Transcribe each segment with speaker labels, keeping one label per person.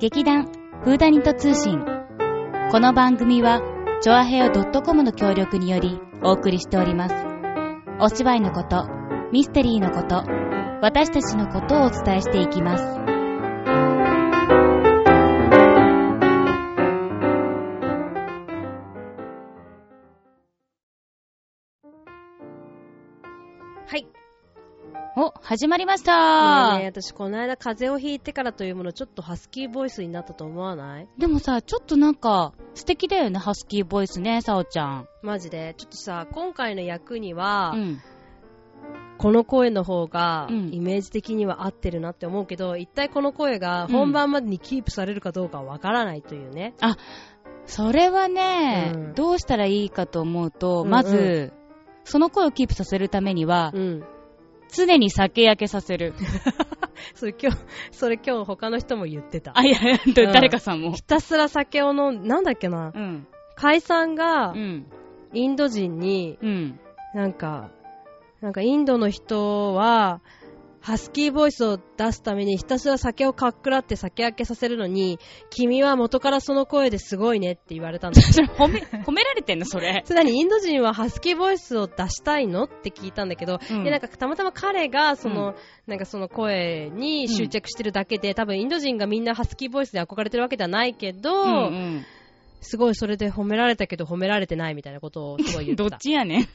Speaker 1: 劇団フーダニット通信この番組はチョアヘオ .com の協力によりお送りしておりますお芝居のことミステリーのこと私たちのことをお伝えしていきますはいお始まりました
Speaker 2: 今ね、私この間風邪をひいてからというものちょっとハスキーボイスになったと思わない
Speaker 1: でもさ、ちょっとなんか、素敵だよね、ハスキーボイスね、さおちゃん。
Speaker 2: マジでちょっとさ今回の役には、
Speaker 1: うん。
Speaker 2: この声の方が
Speaker 1: うん
Speaker 2: イメージ的には合ってるなって思うけど、一体この声が
Speaker 1: うん
Speaker 2: 本番までにキープされるかどうかわからないというね、
Speaker 1: それはね、
Speaker 2: うん
Speaker 1: どうしたらいいかと思うと、
Speaker 2: うんうん
Speaker 1: まず、その声をキープさせるためには、
Speaker 2: うん、
Speaker 1: 常に酒焼けさせる。
Speaker 2: それ今日それ今日他の人も言ってた
Speaker 1: あ、いやいや、
Speaker 2: うん
Speaker 1: 誰かさんも
Speaker 2: ひ。たすら酒を飲んなんだっけな
Speaker 1: うん。
Speaker 2: 解散が
Speaker 1: うん。
Speaker 2: インド人に
Speaker 1: うん。。
Speaker 2: なんか、なんかインドの人は、ハスキーボイスを出すためにひたすら酒をかっくらって酒明けさせるのに、君は元からその声ですごいねって言われたん だ
Speaker 1: それ褒め、褒められてんの、それ。
Speaker 2: つまりインド人はハスキーボイスを出したいのって聞いたんだけど、
Speaker 1: うん
Speaker 2: でなんかたまたま彼がその、
Speaker 1: う
Speaker 2: なんかその声に執着してるだけで、多分インド人がみんなハスキーボイスで憧れてるわけではないけど、
Speaker 1: うん
Speaker 2: すごいそれで褒められたけど褒められてないみたいなことをすご
Speaker 1: う
Speaker 2: い
Speaker 1: ん。
Speaker 2: 言
Speaker 1: ど
Speaker 2: っ。
Speaker 1: ったちやねん。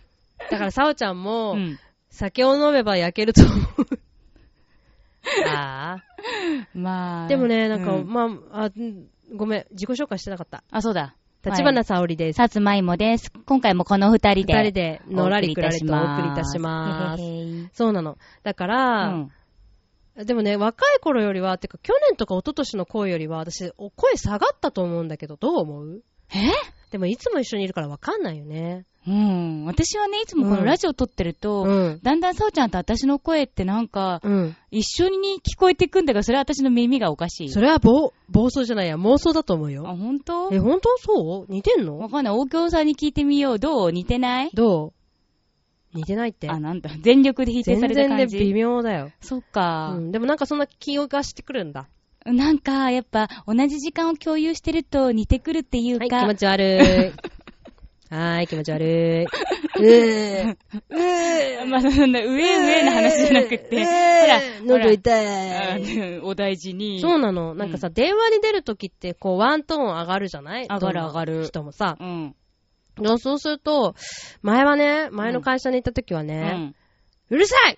Speaker 2: だからサオちゃんも、
Speaker 1: うん。
Speaker 2: 酒を飲めば焼けると思う。あ
Speaker 1: まあ。
Speaker 2: あ。でもね、なんか、
Speaker 1: う
Speaker 2: まあ、あ、んごめん、自己紹介してなかった。
Speaker 1: あ、そうだ。
Speaker 2: 立花
Speaker 1: はい
Speaker 2: 沙織です。
Speaker 1: さつまいもです。今回もこの二人で。
Speaker 2: 二人で、のらりくらりとお送りいたしま
Speaker 1: へ
Speaker 2: す。
Speaker 1: へへい
Speaker 2: そうなの。だから、でもね、若い頃よりは、てか、去年とか一昨年の声よりは、私、お声下がったと思うんだけど、どう思う
Speaker 1: え
Speaker 2: でも、いつも一緒にいるからわかんないよね。
Speaker 1: うん。私はね、いつもこ
Speaker 2: う
Speaker 1: の
Speaker 2: ん
Speaker 1: ラジオ撮ってると、
Speaker 2: うん。
Speaker 1: だんだんさおちゃんと私の声ってなんか、
Speaker 2: うん。
Speaker 1: 一緒に聞こえてくんだけど、それは私の耳がおかしい。
Speaker 2: それは、暴、暴走じゃないや、妄想だと思う
Speaker 1: あ、
Speaker 2: よ。
Speaker 1: 本当
Speaker 2: え、本当そう似てんの
Speaker 1: わかんない。大京さんに聞いてみよう。どう似てない
Speaker 2: どう似てないって
Speaker 1: あ、なんだ。全力で否定
Speaker 2: 全
Speaker 1: された
Speaker 2: 然ね、
Speaker 1: 感
Speaker 2: 微
Speaker 1: じ。
Speaker 2: 妙だよ。
Speaker 1: そっ
Speaker 2: う
Speaker 1: か、
Speaker 2: ん、でもなんかそんな気がしてくるんだ。
Speaker 1: なんか、やっぱ、同じ時間を共有してると似てくるっていう
Speaker 2: はい、
Speaker 1: か、
Speaker 2: 気持ち悪 い。はーい、気持ち悪い。うー。うー。
Speaker 1: まあ、そんな、上上の話じゃなくて、
Speaker 2: うー
Speaker 1: ほら、
Speaker 2: 喉
Speaker 1: ほ
Speaker 2: 痛
Speaker 1: ら、
Speaker 2: い。
Speaker 1: うんお大事に。
Speaker 2: そうなの。なんかさ、電話に出るときって、こう、ワントーン上がるじゃない
Speaker 1: 上がる上がる
Speaker 2: どんな人もさ。
Speaker 1: うん。
Speaker 2: そうすると、前はね、前の会社に行ったときは
Speaker 1: う
Speaker 2: ね、
Speaker 1: ん。
Speaker 2: うるさい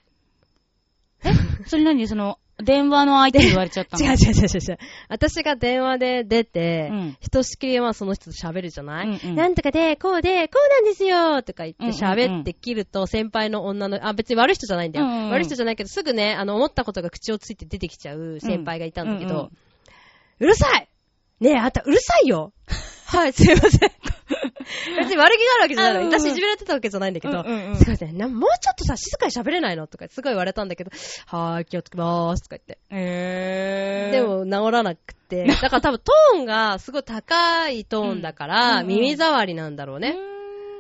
Speaker 1: それ何その、電話の相手に言われちゃったの
Speaker 2: 違う違う違う違う。私が電話で出て、
Speaker 1: うん
Speaker 2: ひとしきりはその人と喋るじゃない、
Speaker 1: うんうん
Speaker 2: なんとかで、こうで、こうなんですよとか言っ
Speaker 1: う
Speaker 2: て
Speaker 1: んうん
Speaker 2: 喋って切ると、先輩の女の、あ、別に悪い人じゃないんだよ。
Speaker 1: うんうんうん
Speaker 2: 悪い人じゃないけど、すぐね、あの、思ったことが口をついて出てきちゃう先輩がいたんだけど、う
Speaker 1: うんうん
Speaker 2: るさいねえ、あんたうるさい よはい、すいません。別に悪気があるわけじゃないの。
Speaker 1: うんうん
Speaker 2: 私いじめられてたわけじゃないんだけど、
Speaker 1: うんうんうん
Speaker 2: すいませんなもうちょっとさ、静かに喋れないのとかすごい言われたんだけど、はーい、気をつけまーすとか言って。
Speaker 1: へー
Speaker 2: で、も治らなくて。だから多分トーンがすごい高いトーンだから、
Speaker 1: うん
Speaker 2: 耳障りなんだろうね。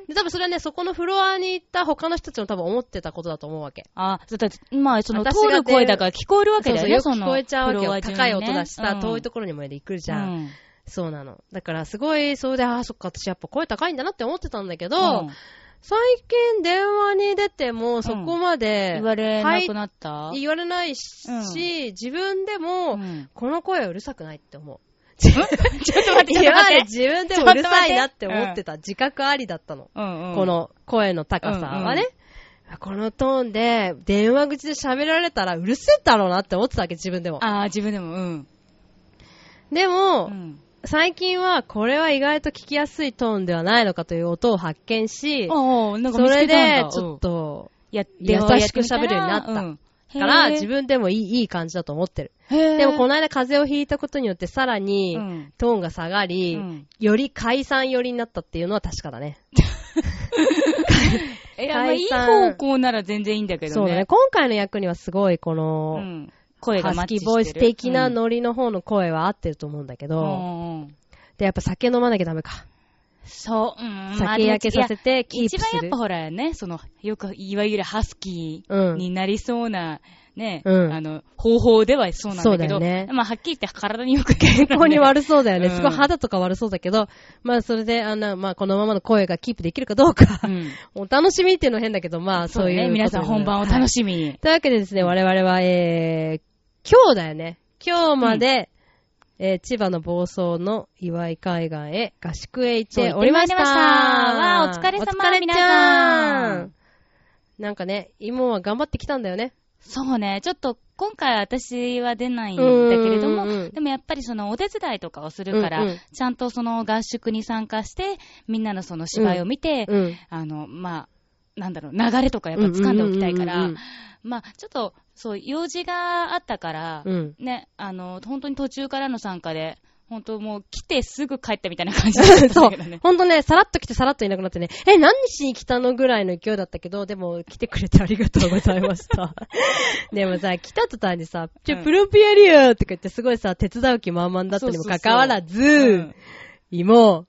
Speaker 2: で、多分それはね、そこのフロアに行った他の人たちも多分思ってたことだと思うわけ。
Speaker 1: あ、そうだって、まあ、その、
Speaker 2: 私
Speaker 1: 通
Speaker 2: が
Speaker 1: る声だから聞こえるわけ
Speaker 2: そう
Speaker 1: だよ
Speaker 2: そう、
Speaker 1: ね、
Speaker 2: よ
Speaker 1: そ
Speaker 2: く
Speaker 1: の
Speaker 2: 聞こえちゃうわけ
Speaker 1: フロ
Speaker 2: よ。
Speaker 1: ア中にね
Speaker 2: 高い音だしさ、
Speaker 1: うん
Speaker 2: 遠いところにまで行くじゃん。
Speaker 1: うん
Speaker 2: そうなの。だからすごい、それで、ああ、そっか、私やっぱ声高いんだなって思ってたんだけど、
Speaker 1: うん
Speaker 2: 最近電話に出てもそこまで、
Speaker 1: 言われなく
Speaker 2: は
Speaker 1: なった
Speaker 2: い言われないし、
Speaker 1: うん
Speaker 2: 自分で も、
Speaker 1: うん
Speaker 2: この声はうるさくないって思う。
Speaker 1: ちょっと待って、ちょっと
Speaker 2: 今ま
Speaker 1: 待
Speaker 2: で
Speaker 1: って。
Speaker 2: 自分でもうるさいなって思ってた。自覚ありだったの。
Speaker 1: うんうん
Speaker 2: こ、の声の高さはね。このトーンで、電話口で喋られたらうるせえだろうなって思ってたわけ、自分でも。
Speaker 1: ああ、自分でも、うん。
Speaker 2: でも、
Speaker 1: ん。
Speaker 2: 最近は、これは意外と聞きやすいトーンではないのかという音を発見し、
Speaker 1: おうおうなんか
Speaker 2: そ
Speaker 1: 見つ
Speaker 2: れ
Speaker 1: けたん
Speaker 2: で
Speaker 1: だ。、
Speaker 2: ちょっと、
Speaker 1: うん、やっ
Speaker 2: 優しく喋るようになった
Speaker 1: た
Speaker 2: から、自
Speaker 1: 分
Speaker 2: 分でもいい、いい感じだと思ってる。
Speaker 1: へー
Speaker 2: でも、この間風邪をひいたことによって、さらに
Speaker 1: う、ん
Speaker 2: トーンが下がり、
Speaker 1: うん
Speaker 2: より解散寄りになったっていうのは確かだね。
Speaker 1: え、あんまいい
Speaker 2: 解散
Speaker 1: 方向なら全然いいんだけどね。
Speaker 2: そうだね。今回の役にはすごい、こ
Speaker 1: う
Speaker 2: の、
Speaker 1: ん。声がマ
Speaker 2: ハス
Speaker 1: ッ
Speaker 2: キ
Speaker 1: チしてる。
Speaker 2: ーボイス的な
Speaker 1: うん
Speaker 2: ノリの方の声は合ってると思うんだけ
Speaker 1: う
Speaker 2: ど、
Speaker 1: んうん
Speaker 2: で、やっぱ酒飲まなきゃダメか。
Speaker 1: そう、うん。
Speaker 2: 酒焼けさせてキープ
Speaker 1: 一番
Speaker 2: す
Speaker 1: や
Speaker 2: る
Speaker 1: っぱ。ほらね、その、よく、いわゆるハスキ
Speaker 2: う
Speaker 1: ー
Speaker 2: ん。
Speaker 1: になりそうなね、
Speaker 2: うん
Speaker 1: あの、方法ではそうなんだけ
Speaker 2: そ
Speaker 1: ど、
Speaker 2: うだよね
Speaker 1: まあ、はっきり言って体によく健
Speaker 2: 健康に悪そうだよね。
Speaker 1: うん
Speaker 2: すごい肌とか悪そうだけど、まあそれで、あんな、まあこのままの声がキープできるかどうか、
Speaker 1: うん。
Speaker 2: お楽しみっていうのは変だけど、まあ そういうこと
Speaker 1: ね。
Speaker 2: に
Speaker 1: 皆さん本番を楽しみに。
Speaker 2: というわけでですね、我々は、えー、今日だよね。今日まで、えー千葉の房総の岩井海岸へ合宿へ行っ
Speaker 1: そう
Speaker 2: ておりました。
Speaker 1: 行ってまいりましたわあお疲れ様
Speaker 2: お疲れちゃん
Speaker 1: 皆さん
Speaker 2: なんかね、妹は頑張ってきたんだよね。
Speaker 1: そうね、ちょっと今回私は出ないんだけれど
Speaker 2: うんうんう
Speaker 1: も、
Speaker 2: ん
Speaker 1: でもやっぱりそのお手伝いとかをするから、
Speaker 2: うんうん
Speaker 1: ちゃんとその合宿に参加して、みんなのその芝居を見て、
Speaker 2: うん。
Speaker 1: あの、まあ、なんだろう、流れとかやっぱ掴んでおきたいか
Speaker 2: う
Speaker 1: ら
Speaker 2: ん、
Speaker 1: まあ、ちょっと、そう、用事があったから、
Speaker 2: うんうんうん。
Speaker 1: ね、あの、本当に途中からの参加で、本当もう来てすぐ帰ったみたいな感じだったん
Speaker 2: そ
Speaker 1: だ
Speaker 2: う
Speaker 1: けどね。。
Speaker 2: ほんとね、さらっと来てさらっといなくなってね、え、何しに来たのぐらいの勢いだったけど、でも来てくれてありがとうございま した。でもさ、来た途端にさ、ちょ、
Speaker 1: うん
Speaker 2: プロピアリアとか言ってすごいさ、手伝う気満々だったにもかかわらず、
Speaker 1: うん
Speaker 2: 妹、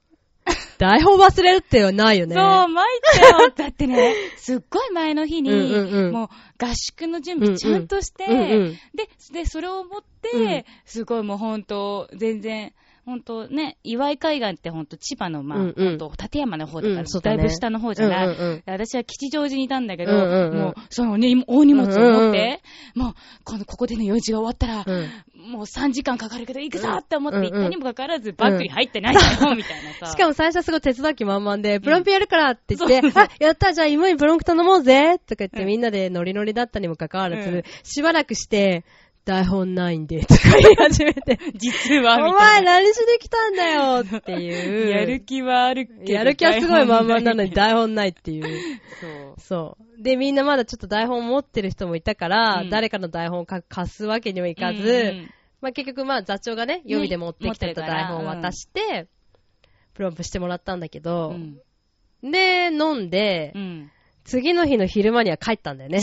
Speaker 2: 台本忘れるってはないよね。
Speaker 1: そう、参ったよ。だって ね、すっごい前の日に、
Speaker 2: うんうんうん
Speaker 1: もう合宿の準備ちゃんとして、
Speaker 2: うんうん
Speaker 1: で、で、それを持って、
Speaker 2: うん
Speaker 1: すごいもう本当、全然、本当ね、岩井海岸って本当千葉の、まあ、
Speaker 2: うんうん
Speaker 1: 本当立山の方だから、
Speaker 2: うんそうだ
Speaker 1: だ
Speaker 2: ね
Speaker 1: いぶ下の方じゃない。
Speaker 2: うんうんうん
Speaker 1: 私は吉祥寺にいたんだけど、
Speaker 2: うんうんうん
Speaker 1: もう、そのね、大荷物を持って、もう、この、ここでの用事が終わったら、
Speaker 2: うん
Speaker 1: もう3時間かかるけど、行くぞって思って
Speaker 2: うん
Speaker 1: 行ったにもかかわらず、バッグに入ってないよ、みたいなさ。
Speaker 2: しかも最初はすごい手伝う気満々で、ブロンピやるからって言って、
Speaker 1: そう
Speaker 2: あ、やった、じゃあ芋にブロンク頼もうぜとか言って、
Speaker 1: うん
Speaker 2: みんなでノリノリだったにもかかわらず、
Speaker 1: うん
Speaker 2: しばらくして、台本ないんで、とか言い始めて、
Speaker 1: 実は、
Speaker 2: お
Speaker 1: みたいな。
Speaker 2: 前何しに来たんだよっていう。
Speaker 1: やる気はあるけど。
Speaker 2: やる気はすごい満々なのに
Speaker 1: 台
Speaker 2: 台本ないっていう。
Speaker 1: 本ない
Speaker 2: そう。で、みんなまだちょっと台本持ってる人もいたから、
Speaker 1: うん
Speaker 2: 誰かの台本をか貸すわけにもい
Speaker 1: そう。
Speaker 2: かず、
Speaker 1: うんうん
Speaker 2: まあ、結局、まあ、座長がね、予備で持ってきてた台本を渡して、プロンプしてもらったんだけど、で、飲んで、
Speaker 1: うん。
Speaker 2: 次の日の昼間には帰ったんだよね。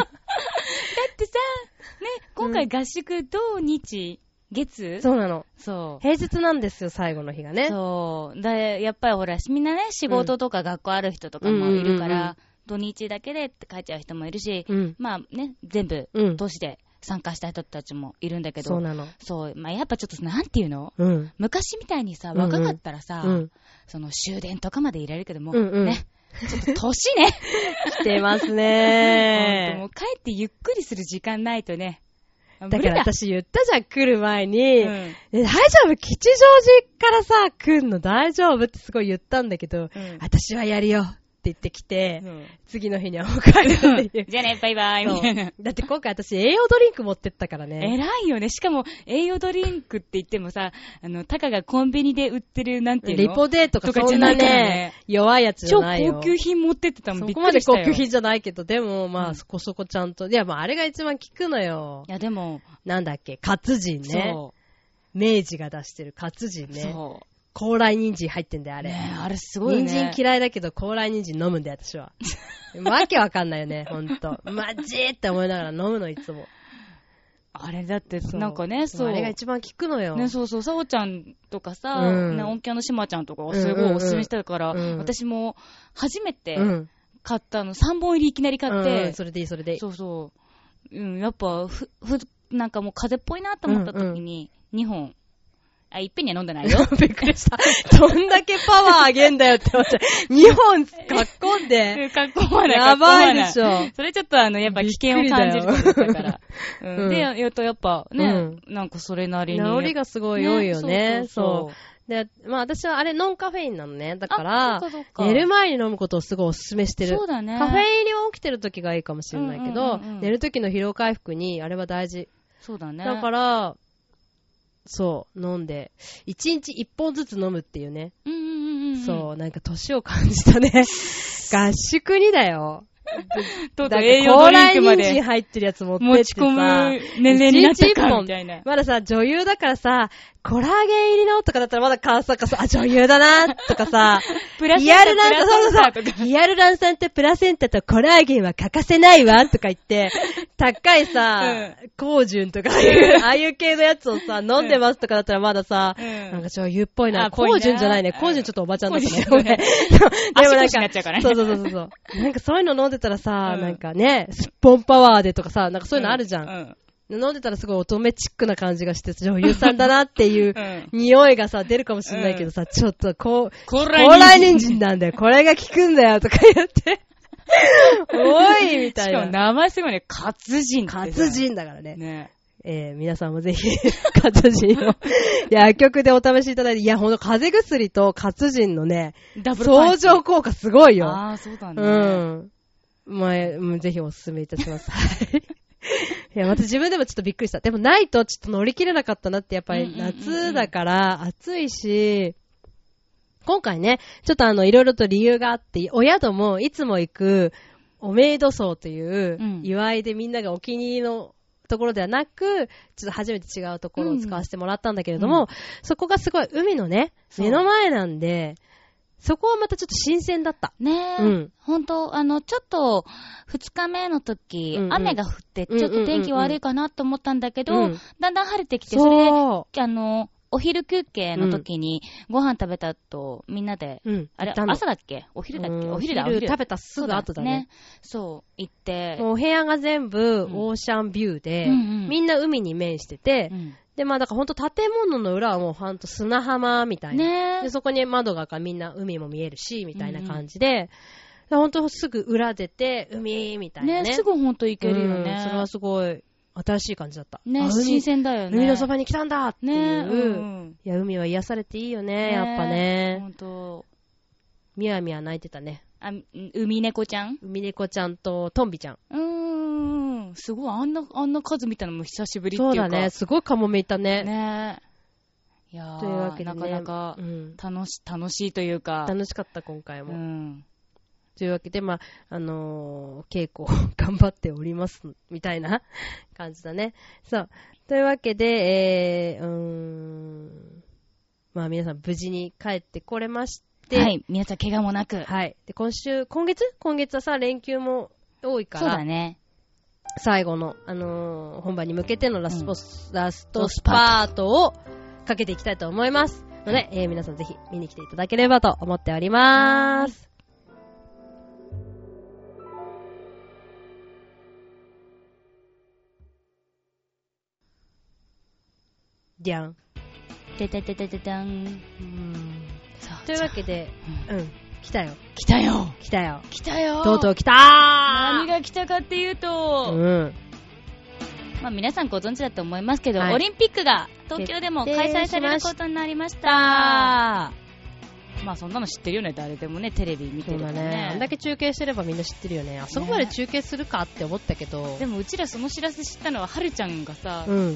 Speaker 1: だってさ、ね、今回合宿、土日、月
Speaker 2: そうなの。
Speaker 1: そ
Speaker 2: 平日なんですよ、最後の日が
Speaker 1: う。
Speaker 2: ね。
Speaker 1: そう。だ、やっぱりほら、みんなね、仕事とか学校ある人とかもいるか
Speaker 2: うんうんうんうん
Speaker 1: ら、土日だけでって帰っちゃう人もいるし、
Speaker 2: うん。
Speaker 1: まあね、全部、
Speaker 2: うん。
Speaker 1: 都市で参加した人たちもいるんだけ
Speaker 2: そう
Speaker 1: ど、
Speaker 2: なの。
Speaker 1: そう、まあやっぱちょっと、なんていうの
Speaker 2: うん。
Speaker 1: 昔みたいにさ、
Speaker 2: うんうん
Speaker 1: 若かったらさ、
Speaker 2: うん。
Speaker 1: その終電とかまでいられるけども、
Speaker 2: うんうん
Speaker 1: ね、ちょっと年 ね、
Speaker 2: 来てま
Speaker 1: ほ
Speaker 2: す
Speaker 1: ん とも
Speaker 2: ね
Speaker 1: う帰ってゆっくりする時間ないとね。
Speaker 2: だから私言ったじゃん、来る前に。
Speaker 1: 無理だうん
Speaker 2: え大丈夫吉祥寺からさ、来んの大丈夫ってすごい言ったんだけど、
Speaker 1: うん
Speaker 2: 私はやるよって言ってきて、
Speaker 1: うん
Speaker 2: 次の日にはもう帰るってい う。
Speaker 1: じゃあね、バイバイ、みたいな。
Speaker 2: だって今回私栄養ドリンク持ってったからね。
Speaker 1: 偉いよね。しかも、栄養ドリンクって言ってもさ、あの、たかがコンビニで売ってる、なんていうの
Speaker 2: リポデーとかそんな
Speaker 1: とかじゃないから
Speaker 2: ね
Speaker 1: ね、
Speaker 2: 弱いやつじゃ
Speaker 1: 超
Speaker 2: ないよ。
Speaker 1: 高級品持ってってたもん、びっ
Speaker 2: そこ
Speaker 1: く
Speaker 2: まで
Speaker 1: りした
Speaker 2: 高
Speaker 1: よ。
Speaker 2: 級
Speaker 1: い
Speaker 2: 品じゃないけど、でも
Speaker 1: う
Speaker 2: まあ
Speaker 1: ん
Speaker 2: そこそこちゃんと。いやまああれが一番効くのよ。
Speaker 1: や、でも、
Speaker 2: なんだっけ活人ね。
Speaker 1: そ
Speaker 2: 明治が出してる活人
Speaker 1: う。
Speaker 2: ね。
Speaker 1: そ
Speaker 2: 高麗人参入ってんだよ、あ
Speaker 1: う。
Speaker 2: れ。
Speaker 1: ねえあれすごいよね。
Speaker 2: 人参嫌いだけど、高麗人参飲むんだよ、私は。わけわかんないよね、ほんと。マジって思いながら飲むの、いつも。
Speaker 1: あれだって、
Speaker 2: そう
Speaker 1: なんかね、そう。
Speaker 2: あれが一番効くのよ。
Speaker 1: ね、そうそう、さおちゃんとかさ、
Speaker 2: うん
Speaker 1: ね、音響のしまちゃんとかをすごいおすすめしてたから、
Speaker 2: うんうんうん
Speaker 1: 私も初めて
Speaker 2: うん。
Speaker 1: 買ったの、3本入りいきなり買っ
Speaker 2: うんう
Speaker 1: て
Speaker 2: ん、それでいい、それでいい。
Speaker 1: そうそう、うん、やっぱふ、ふ、なんかもう風邪っぽいなと思った時に、2本、あ、いっぺんには飲んでないよ。
Speaker 2: びっく りした。どんだけパワーあげんだよって思って。2本かっこんで。
Speaker 1: かっこまない。
Speaker 2: やばいでし
Speaker 1: ょ。
Speaker 2: ょ。
Speaker 1: それちょっとあの、やっぱ危険を感じると思った から。
Speaker 2: う
Speaker 1: うんん、で、やっとやっぱね、
Speaker 2: う
Speaker 1: なんかそれなりに。
Speaker 2: 治りがすごい良いよ
Speaker 1: そう
Speaker 2: ね。
Speaker 1: そうそう
Speaker 2: そう。で、まあ私はあれノンカフェインなのね。だか
Speaker 1: あ
Speaker 2: ら
Speaker 1: そうかそう、か
Speaker 2: 寝る前に飲むことをすごいおすすめしてる。
Speaker 1: そうだね。
Speaker 2: カフェ入りは起きてる時がいいかもしれないけど、
Speaker 1: うんうんうんうん
Speaker 2: 寝る時の疲労回復にあれは大事。
Speaker 1: そうだね。
Speaker 2: だから、そう、飲んで、1日1本ずつ飲むっていうね。
Speaker 1: うんうんうんうん。
Speaker 2: そう、なんか年を感じ たね。合宿にだよ。
Speaker 1: とうと
Speaker 2: だ
Speaker 1: う
Speaker 2: って
Speaker 1: 栄養ドリンクま
Speaker 2: 高麗人参
Speaker 1: で
Speaker 2: 入ってるやつ持ってってさ
Speaker 1: 持ち込む年齢になったかみたいな。
Speaker 2: まださ、女優だからさ、コラーゲン入りのとかだったらまだカーサカさ、あ、女優だなとかさ、
Speaker 1: プラス
Speaker 2: リアルラン
Speaker 1: プ
Speaker 2: サ
Speaker 1: ラス
Speaker 2: そう
Speaker 1: アルファ
Speaker 2: そう
Speaker 1: と
Speaker 2: そ
Speaker 1: か
Speaker 2: う、リアルラン酸ってプラセンタとコラーゲンは欠かせないわとか言って、高いさ、コージュンとかああ いう、ああいう系のやつをさ、飲んでますとかだったらまださ、
Speaker 1: うん
Speaker 2: なんかちょ、湯っぽいな。
Speaker 1: あ
Speaker 2: コ
Speaker 1: ぽいな
Speaker 2: ージュンじゃないね。コージュンちょっとおばちゃんだったね。
Speaker 1: コ
Speaker 2: ご
Speaker 1: ー
Speaker 2: め
Speaker 1: ジュン
Speaker 2: ん。
Speaker 1: ね
Speaker 2: で
Speaker 1: 足腰になっちゃうからね
Speaker 2: そうそうそうそう。なんかそういうの飲んでたらさ、
Speaker 1: うん
Speaker 2: なんかね、スッポンパワーでとかさ、なんかそういうのあるじゃん。
Speaker 1: ん。
Speaker 2: 飲んでたらすごい乙女チックな感じがして、女優さんだなっていう
Speaker 1: うん。
Speaker 2: 匂いがさ、出るかもしれないけどさ、ちょっとこう、
Speaker 1: 高
Speaker 2: 高麗人参なんだよ。これが効くんだよとか言って。おいみたい
Speaker 1: しかも
Speaker 2: な。
Speaker 1: 名前すごいね。活人ってさ
Speaker 2: 活。人だからね。
Speaker 1: ね。
Speaker 2: えー、皆さんもぜひ、 活人を、薬局でお試しいただいて、いや、ほんと、風邪薬と活人のね、
Speaker 1: ダブルパン
Speaker 2: 相
Speaker 1: チ
Speaker 2: 乗効果すごいよ。
Speaker 1: ああ、そうだね。
Speaker 2: う。ん。まあ、うんぜひおすすめいたします。はい。いや、私自分でもちょっとびっくりした。でもないとちょっと乗り切れなかったなって、やっぱ
Speaker 1: うん
Speaker 2: り
Speaker 1: うんうんうん
Speaker 2: 夏だから暑いし、今回ね、ちょっとあの、いろいろと理由があって、お宿もいつも行く、おメイド荘という
Speaker 1: うん、
Speaker 2: 祝いでみんながお気に入りのところではなく、ちょっと初めて違うところを使わせてもらったんだけれども、
Speaker 1: うんうん
Speaker 2: そこがすごい海のね、
Speaker 1: そう
Speaker 2: 目の前なんで、そこはまたちょっと新鮮だった。
Speaker 1: ねえ、
Speaker 2: うん
Speaker 1: ほんと、あの、ちょっと、二日目の時、
Speaker 2: うんうん
Speaker 1: 雨が降って、ち
Speaker 2: うんうん
Speaker 1: ょ
Speaker 2: う
Speaker 1: っ
Speaker 2: んうん
Speaker 1: と天気悪いかなと思ったんだけど、
Speaker 2: うん
Speaker 1: だんだん晴れてきて、それで、
Speaker 2: そ
Speaker 1: あの、お昼休憩の時に、ご飯食べた後、みんなで、
Speaker 2: う。うん。
Speaker 1: あれ、
Speaker 2: 行ったの
Speaker 1: 朝だっけお昼だっけ
Speaker 2: うん
Speaker 1: お昼だ、お
Speaker 2: 昼
Speaker 1: 昼
Speaker 2: 食べたすぐ後だね。
Speaker 1: そう、行って、
Speaker 2: もうお部屋が全部オーシャンビューで、
Speaker 1: うんうん
Speaker 2: みんな海に面してて、
Speaker 1: うん
Speaker 2: で、まあだからほんと建物の裏はもうほんと砂浜みたいな。
Speaker 1: ねえ
Speaker 2: で、そこに窓があるからみんな海も見えるし、みたいな感じで、でほんとすぐ裏出て、海みたいなね。
Speaker 1: ねすぐほんと行けるよね。
Speaker 2: うんそれはすごい新しい感じだった。あ
Speaker 1: ね、
Speaker 2: 海
Speaker 1: 新鮮だよね。
Speaker 2: 海のそばに来たんだっていう。
Speaker 1: ねうん
Speaker 2: いや、海は癒されていいよね、
Speaker 1: ね
Speaker 2: やっぱね
Speaker 1: ほ。んと、
Speaker 2: みやみや泣いてたね。
Speaker 1: あ、海猫ちゃん
Speaker 2: 海猫ちゃんとトンビちゃん。
Speaker 1: うーん、すごい、あんな、あんな数見たのも久しぶりってい
Speaker 2: そうう
Speaker 1: か。
Speaker 2: だね、。すごいカモメいたね。
Speaker 1: ねえ。いやー
Speaker 2: というわけで、ね、
Speaker 1: なかなか
Speaker 2: うん
Speaker 1: 楽し、楽しいというか。
Speaker 2: 楽しかった、今回も。
Speaker 1: うん。
Speaker 2: というわけで、まあ、あのー稽古を 頑張っております、みたいな 感じだね。そう。というわけで、えー、うーん。まあ、皆さん無事に帰ってこれまして、
Speaker 1: は。い、皆さん怪我もなく。
Speaker 2: はい。で、今週、今月今月はさ、連休も多いか
Speaker 1: そう
Speaker 2: ら、
Speaker 1: だね。
Speaker 2: 最後の、あのー本番に向けてのラスボス、ラスト
Speaker 1: ラス
Speaker 2: ス
Speaker 1: トスパ
Speaker 2: パートをかけていきたいと思います。ので、えー皆さんぜひ見に来ていただければと思っております。りゃん。
Speaker 1: ててててててん。
Speaker 2: うん
Speaker 1: そう
Speaker 2: というわけで、
Speaker 1: う
Speaker 2: うんん、来たよ。
Speaker 1: 来たよ
Speaker 2: 来たよ。
Speaker 1: 来たよ
Speaker 2: とうとう来たー
Speaker 1: 何が来たかっていうと、
Speaker 2: うん。
Speaker 1: まあ皆さんご存知だと思いますけど、
Speaker 2: はい
Speaker 1: オリンピックが東京でも開催されることになりました。まあそんなの知ってるよね、誰でもね、テレビ見て
Speaker 2: そう
Speaker 1: る
Speaker 2: だ
Speaker 1: も
Speaker 2: ね。あんだけ中継してればみんな知ってるよね。あそこまで中継するかって思ったけど。
Speaker 1: でもうちらその知らせ知ったのははるちゃんがさ、
Speaker 2: う
Speaker 1: オリンピ
Speaker 2: ん。
Speaker 1: ッ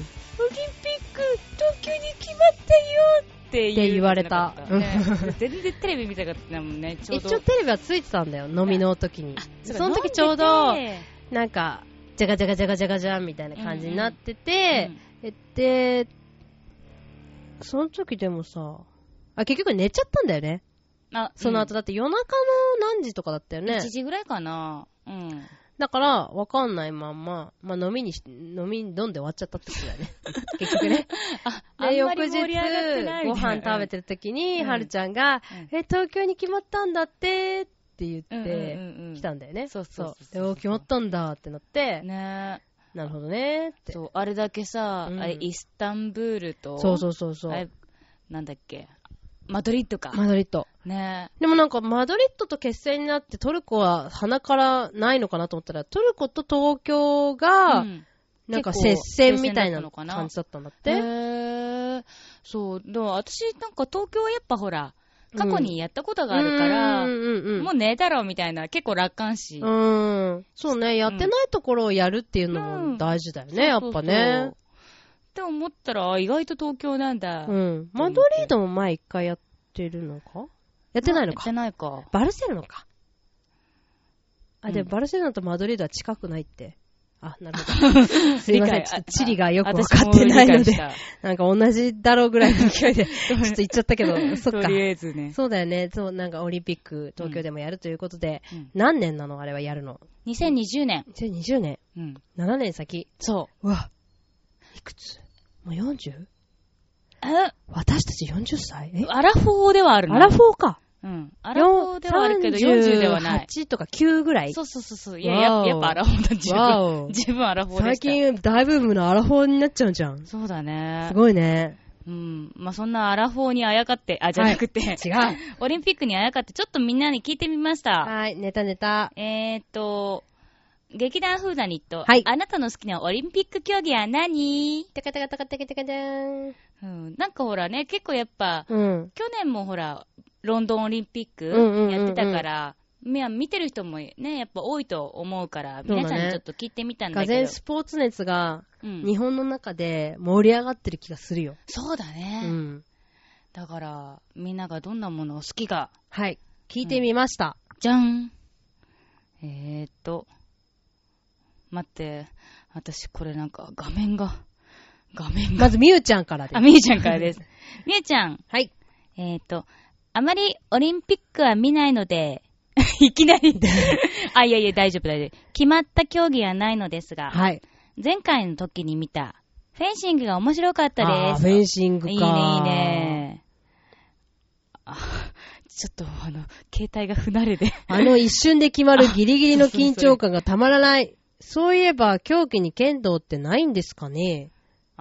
Speaker 1: ク東京に決まったよって
Speaker 2: って言われた
Speaker 1: 言われたね全然テレビ見たかったもんねちょうど
Speaker 2: 一応テレビはついてたんだよ。飲みの時に。
Speaker 1: そう
Speaker 2: その時ちょうど
Speaker 1: 飲ん、でて
Speaker 2: なんか、じゃがじゃがじゃがじゃがじゃんみたいな感じになってて、で、その時でもさ、あ、結局寝ちゃったんだよね。
Speaker 1: うんあ
Speaker 2: その後
Speaker 1: だ
Speaker 2: だって夜中の何時とかだったよね
Speaker 1: 1。時ぐらいかなうん
Speaker 2: だから、わかんないまんま、まあ飲みにし、飲みに飲んで終わっちゃったってことだよね。結局ね。
Speaker 1: ああ
Speaker 2: で、
Speaker 1: んま
Speaker 2: 翌
Speaker 1: り
Speaker 2: 日
Speaker 1: 盛り上がってない、
Speaker 2: ご飯食べてる時に、
Speaker 1: うん
Speaker 2: はるちゃんが、
Speaker 1: う
Speaker 2: え、東京に決まったんだって、って言って、来た
Speaker 1: ん
Speaker 2: んだよね。
Speaker 1: そうそうそうそう
Speaker 2: でお決まったんだってなって、
Speaker 1: ね
Speaker 2: なるほどねって。
Speaker 1: そうあれだけさ、
Speaker 2: うん
Speaker 1: あれイスタンブールと
Speaker 2: そうそうそうそ
Speaker 1: あれ
Speaker 2: う。
Speaker 1: なんだっけマドリッドか、
Speaker 2: マドリッド。
Speaker 1: ね
Speaker 2: でもなんか、マドリッドと決戦になって、トルコは鼻からないのかなと思ったら、トルコと東京が
Speaker 1: う、ん
Speaker 2: なんか
Speaker 1: 結構
Speaker 2: 接戦みたい
Speaker 1: 接戦だ
Speaker 2: な
Speaker 1: ったのかな
Speaker 2: 感じだったんだっ
Speaker 1: へ
Speaker 2: て。
Speaker 1: ーそう、でも私なんか東京はやっぱほら、過去にやったことがあるから、
Speaker 2: うんうんうんうん。
Speaker 1: もうねえだろうみたいな、結構楽観視。
Speaker 2: うん。そうね、やってないところをやるっていうのも大事だよね、やっぱ
Speaker 1: そうそうそう
Speaker 2: ね。。
Speaker 1: って思ったら、あ意外と東京なんだ。
Speaker 2: う
Speaker 1: や
Speaker 2: ん。マドリードも前一回やってるのかやってないの
Speaker 1: っ
Speaker 2: か
Speaker 1: てないか。
Speaker 2: バルセロナか。
Speaker 1: う
Speaker 2: あ、
Speaker 1: ん
Speaker 2: でもバルセロナとマドリードは近くないって。あ、なる ほど。すいません。ちょっと地理がよくわかってないので、なんか同じだろうぐらいの勢 いで、ちょっと言っちゃったけど、そっ
Speaker 1: と
Speaker 2: か。
Speaker 1: りあえずね。
Speaker 2: そうだよね。そう、なんかオリンピック東京でもやるということで、
Speaker 1: うん
Speaker 2: 何年なのあれはやるの。
Speaker 1: 2020年。
Speaker 2: 2020年
Speaker 1: うん。
Speaker 2: ?7 年先
Speaker 1: そう
Speaker 2: わ。いくつもう 40?
Speaker 1: う。あ
Speaker 2: 私たち40歳え
Speaker 1: アラフォーではあるの
Speaker 2: アラフォーか。
Speaker 1: うん。アラフォーではあるけど、40ではない。
Speaker 2: 8とか9ぐらい
Speaker 1: そうそうそうそう。いや、や
Speaker 2: わお
Speaker 1: やっぱアラフォーだ。十
Speaker 2: わ お
Speaker 1: 分。十分アラフォーで
Speaker 2: 最
Speaker 1: した。。
Speaker 2: 近大ブームのアラフォーになっちゃうじゃん。す
Speaker 1: そうだね。
Speaker 2: ごいね。
Speaker 1: うん。まあ、そんなアラフォーにあやかって、あ、じゃなくて、
Speaker 2: 違う。
Speaker 1: オリンピックにあやかって、ちょっとみんなに聞いてみました。
Speaker 2: はい、ネタネタ。
Speaker 1: えーっと、劇団フーダニット。
Speaker 2: はい
Speaker 1: あなたの好きなオリンピック競技は何
Speaker 2: テカテカテカテカテカテーン。
Speaker 1: うん。なんかほらね、結構やっぱ、
Speaker 2: うん。
Speaker 1: 去年もほら、ロンドンオリンピック
Speaker 2: うんうんうんうん
Speaker 1: やってたから、いや見てる人もね、やっぱ多いと思うから、
Speaker 2: そうだね
Speaker 1: 皆さんにちょっと聞いてみたんだ
Speaker 2: が
Speaker 1: けど。
Speaker 2: ぜんスポーツ熱が
Speaker 1: うん
Speaker 2: 日本の中で盛り上がってる気がするよ。
Speaker 1: そうだ
Speaker 2: う
Speaker 1: ね、
Speaker 2: ん。
Speaker 1: だから、みんながどんなものを好きか。
Speaker 2: はい。聞いてみました。
Speaker 1: じゃんえーっと、待って、私これなんか画面が、画面が。
Speaker 2: まず、みゆちゃんからで
Speaker 1: あ、。みゆちゃんからです。 みゆちゃん、
Speaker 2: はい。
Speaker 1: えーっと、あまりオリンピックは見ないので、 いきな り。あ、いやいや、大丈夫、大丈夫。決まった競技はないのですが、
Speaker 2: はい。
Speaker 1: 前回の時に見た、フェンシングが面白かった
Speaker 2: あ
Speaker 1: で
Speaker 2: ー
Speaker 1: す。
Speaker 2: フェンシングか。
Speaker 1: いいね、いい。ね。あちょっと、あの、携帯が不慣れで。
Speaker 2: あの一瞬で決まるギリギリの緊張感がたまらない。そういえば、狂気に剣道ってないんですかね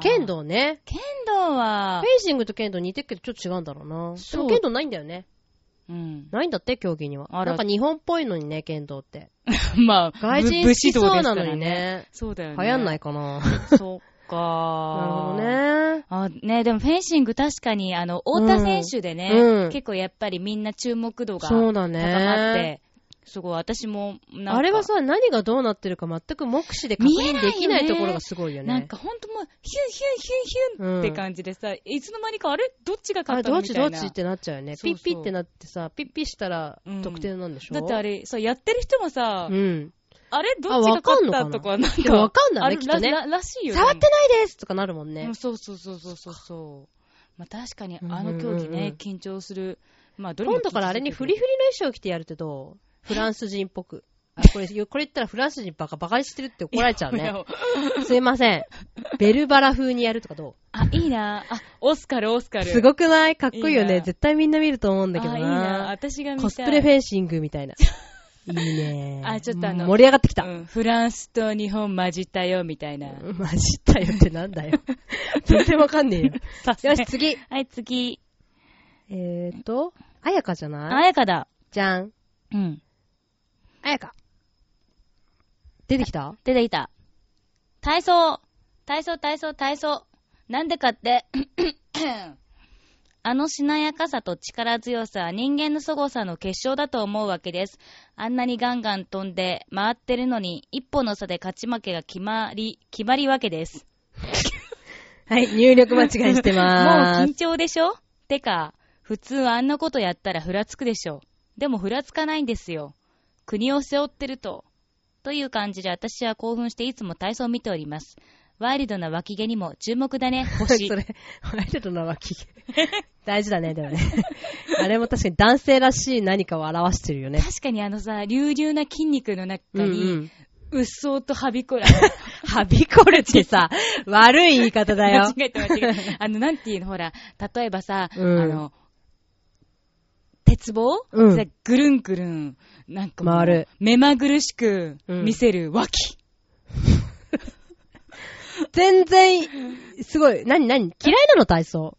Speaker 2: 剣道ね。
Speaker 1: 剣道は
Speaker 2: フェ、ンシングと剣道似てるけどちょっと違うんだろうな。で
Speaker 1: そう
Speaker 2: も剣道ないんだよね。
Speaker 1: うん。
Speaker 2: ないんだって、競技には。
Speaker 1: あら
Speaker 2: なんか日本っぽいのにね、剣道って。
Speaker 1: まあ、
Speaker 2: 外人好きそうなのに。ね。
Speaker 1: そうだよ
Speaker 2: 流
Speaker 1: ね。
Speaker 2: 行んない
Speaker 1: い。
Speaker 2: かな。
Speaker 1: そっか
Speaker 2: なるほど
Speaker 1: ー。
Speaker 2: ね。
Speaker 1: あねでもフェンシング確かに、あの、太田選手でね、
Speaker 2: うん
Speaker 1: 結構やっぱりみんな注目度が
Speaker 2: そ
Speaker 1: 高
Speaker 2: うだ
Speaker 1: まって、
Speaker 2: ね。
Speaker 1: すごい私もなんか、
Speaker 2: あれはさ、何がどうなってるか全く目視で確認できないところがすごいよね。
Speaker 1: なんかほんともう、ヒュンヒュンヒュンヒュンって感じでさ、いつの間にか、あれどっちが
Speaker 2: あ
Speaker 1: 勝
Speaker 2: れ
Speaker 1: った
Speaker 2: ど
Speaker 1: の
Speaker 2: っ
Speaker 1: み
Speaker 2: ち
Speaker 1: た
Speaker 2: ど
Speaker 1: い
Speaker 2: っ
Speaker 1: な。
Speaker 2: ちってなっちゃうよね。
Speaker 1: そう
Speaker 2: ピ
Speaker 1: そう
Speaker 2: ッピってなってさ、ピッピしたら
Speaker 1: うん
Speaker 2: 得点なんでしょ
Speaker 1: だってあ
Speaker 2: れ、
Speaker 1: れ、そう、やってる人もさ、
Speaker 2: うん。
Speaker 1: あれどっちが勝ったとか、なん
Speaker 2: い
Speaker 1: か、
Speaker 2: や、わかん
Speaker 1: あ
Speaker 2: ない
Speaker 1: る
Speaker 2: ね、きっとね。
Speaker 1: らららしいよね。
Speaker 2: 触ってないですとかなるもん
Speaker 1: う
Speaker 2: ね
Speaker 1: ん。そうそうそうそうそうそう。まあ確かに
Speaker 2: うんうんうん
Speaker 1: あの競技ね、緊張する。まあどれも
Speaker 2: 今度からあれにフリ
Speaker 1: フ
Speaker 2: フリの衣装着てやるってどうフランス人っ ぽく。あこれ、これ言ったらフランス人バカバカにしてるって怒られちゃ うね。すいません。ベルバラ風にやるとかど
Speaker 1: あ、いいなあ、オスカル、オスカ
Speaker 2: う
Speaker 1: ル。
Speaker 2: すごくないかっこいいよ
Speaker 1: いい
Speaker 2: ね
Speaker 1: な
Speaker 2: 絶対みんな見ると思うん
Speaker 1: い
Speaker 2: だけど
Speaker 1: あ、
Speaker 2: ない
Speaker 1: いな私が見たい。
Speaker 2: コスプレフェンシングみたいな。いいね
Speaker 1: あちょっとあの
Speaker 2: 盛り上がってきた。
Speaker 1: うんフランスと日本混じったよ、みたいな。
Speaker 2: マジったよってなんだよ。全然わかんねえよ。
Speaker 1: さすが
Speaker 2: よし、次。
Speaker 1: はい、次。
Speaker 2: えーと、あやかじ
Speaker 1: あ
Speaker 2: ゃない
Speaker 1: やかだ。
Speaker 2: じゃん。
Speaker 1: うん。
Speaker 2: あやか。出てきた
Speaker 1: 出てきた。体操体操、体操、体操。なんでかって、 あのしなやかさと力強さは人間の凄さの結晶だと思うわけです。あんなにガンガン飛んで回ってるのに、一歩の差で勝ち負けが決まり、決まりわけです。
Speaker 2: はい、入力間違いして
Speaker 1: もう
Speaker 2: まー
Speaker 1: 緊
Speaker 2: す。
Speaker 1: 張でしょてか、普通あんなことやったらふらつくでしょ。でもふらつかないんですよ。国を背負ってると。という感じで私は興奮していつも体操を見ております。ワイルドな脇毛にも注目だね、星。
Speaker 2: それ、ワイルドな脇毛。 大事だね、でもね。 あれも確かに男性らしい何かを表してるよね。
Speaker 1: 確かにあのさ、隆々な筋肉の中
Speaker 2: うんう
Speaker 1: に、
Speaker 2: ん。
Speaker 1: うっそうとはびこら。
Speaker 2: はびこるってさ、 悪い言い方だ
Speaker 1: 間違
Speaker 2: よ。
Speaker 1: えた間違え た。あの、なんていうの、ほら、例えばさ、
Speaker 2: うん
Speaker 1: あの、鉄棒、
Speaker 2: うん
Speaker 1: さぐるんぐるん、なんかもう
Speaker 2: 回る
Speaker 1: 目まぐるしく
Speaker 2: うん
Speaker 1: 見せる脇。
Speaker 2: 全然、すごい。なになに嫌いなの体操。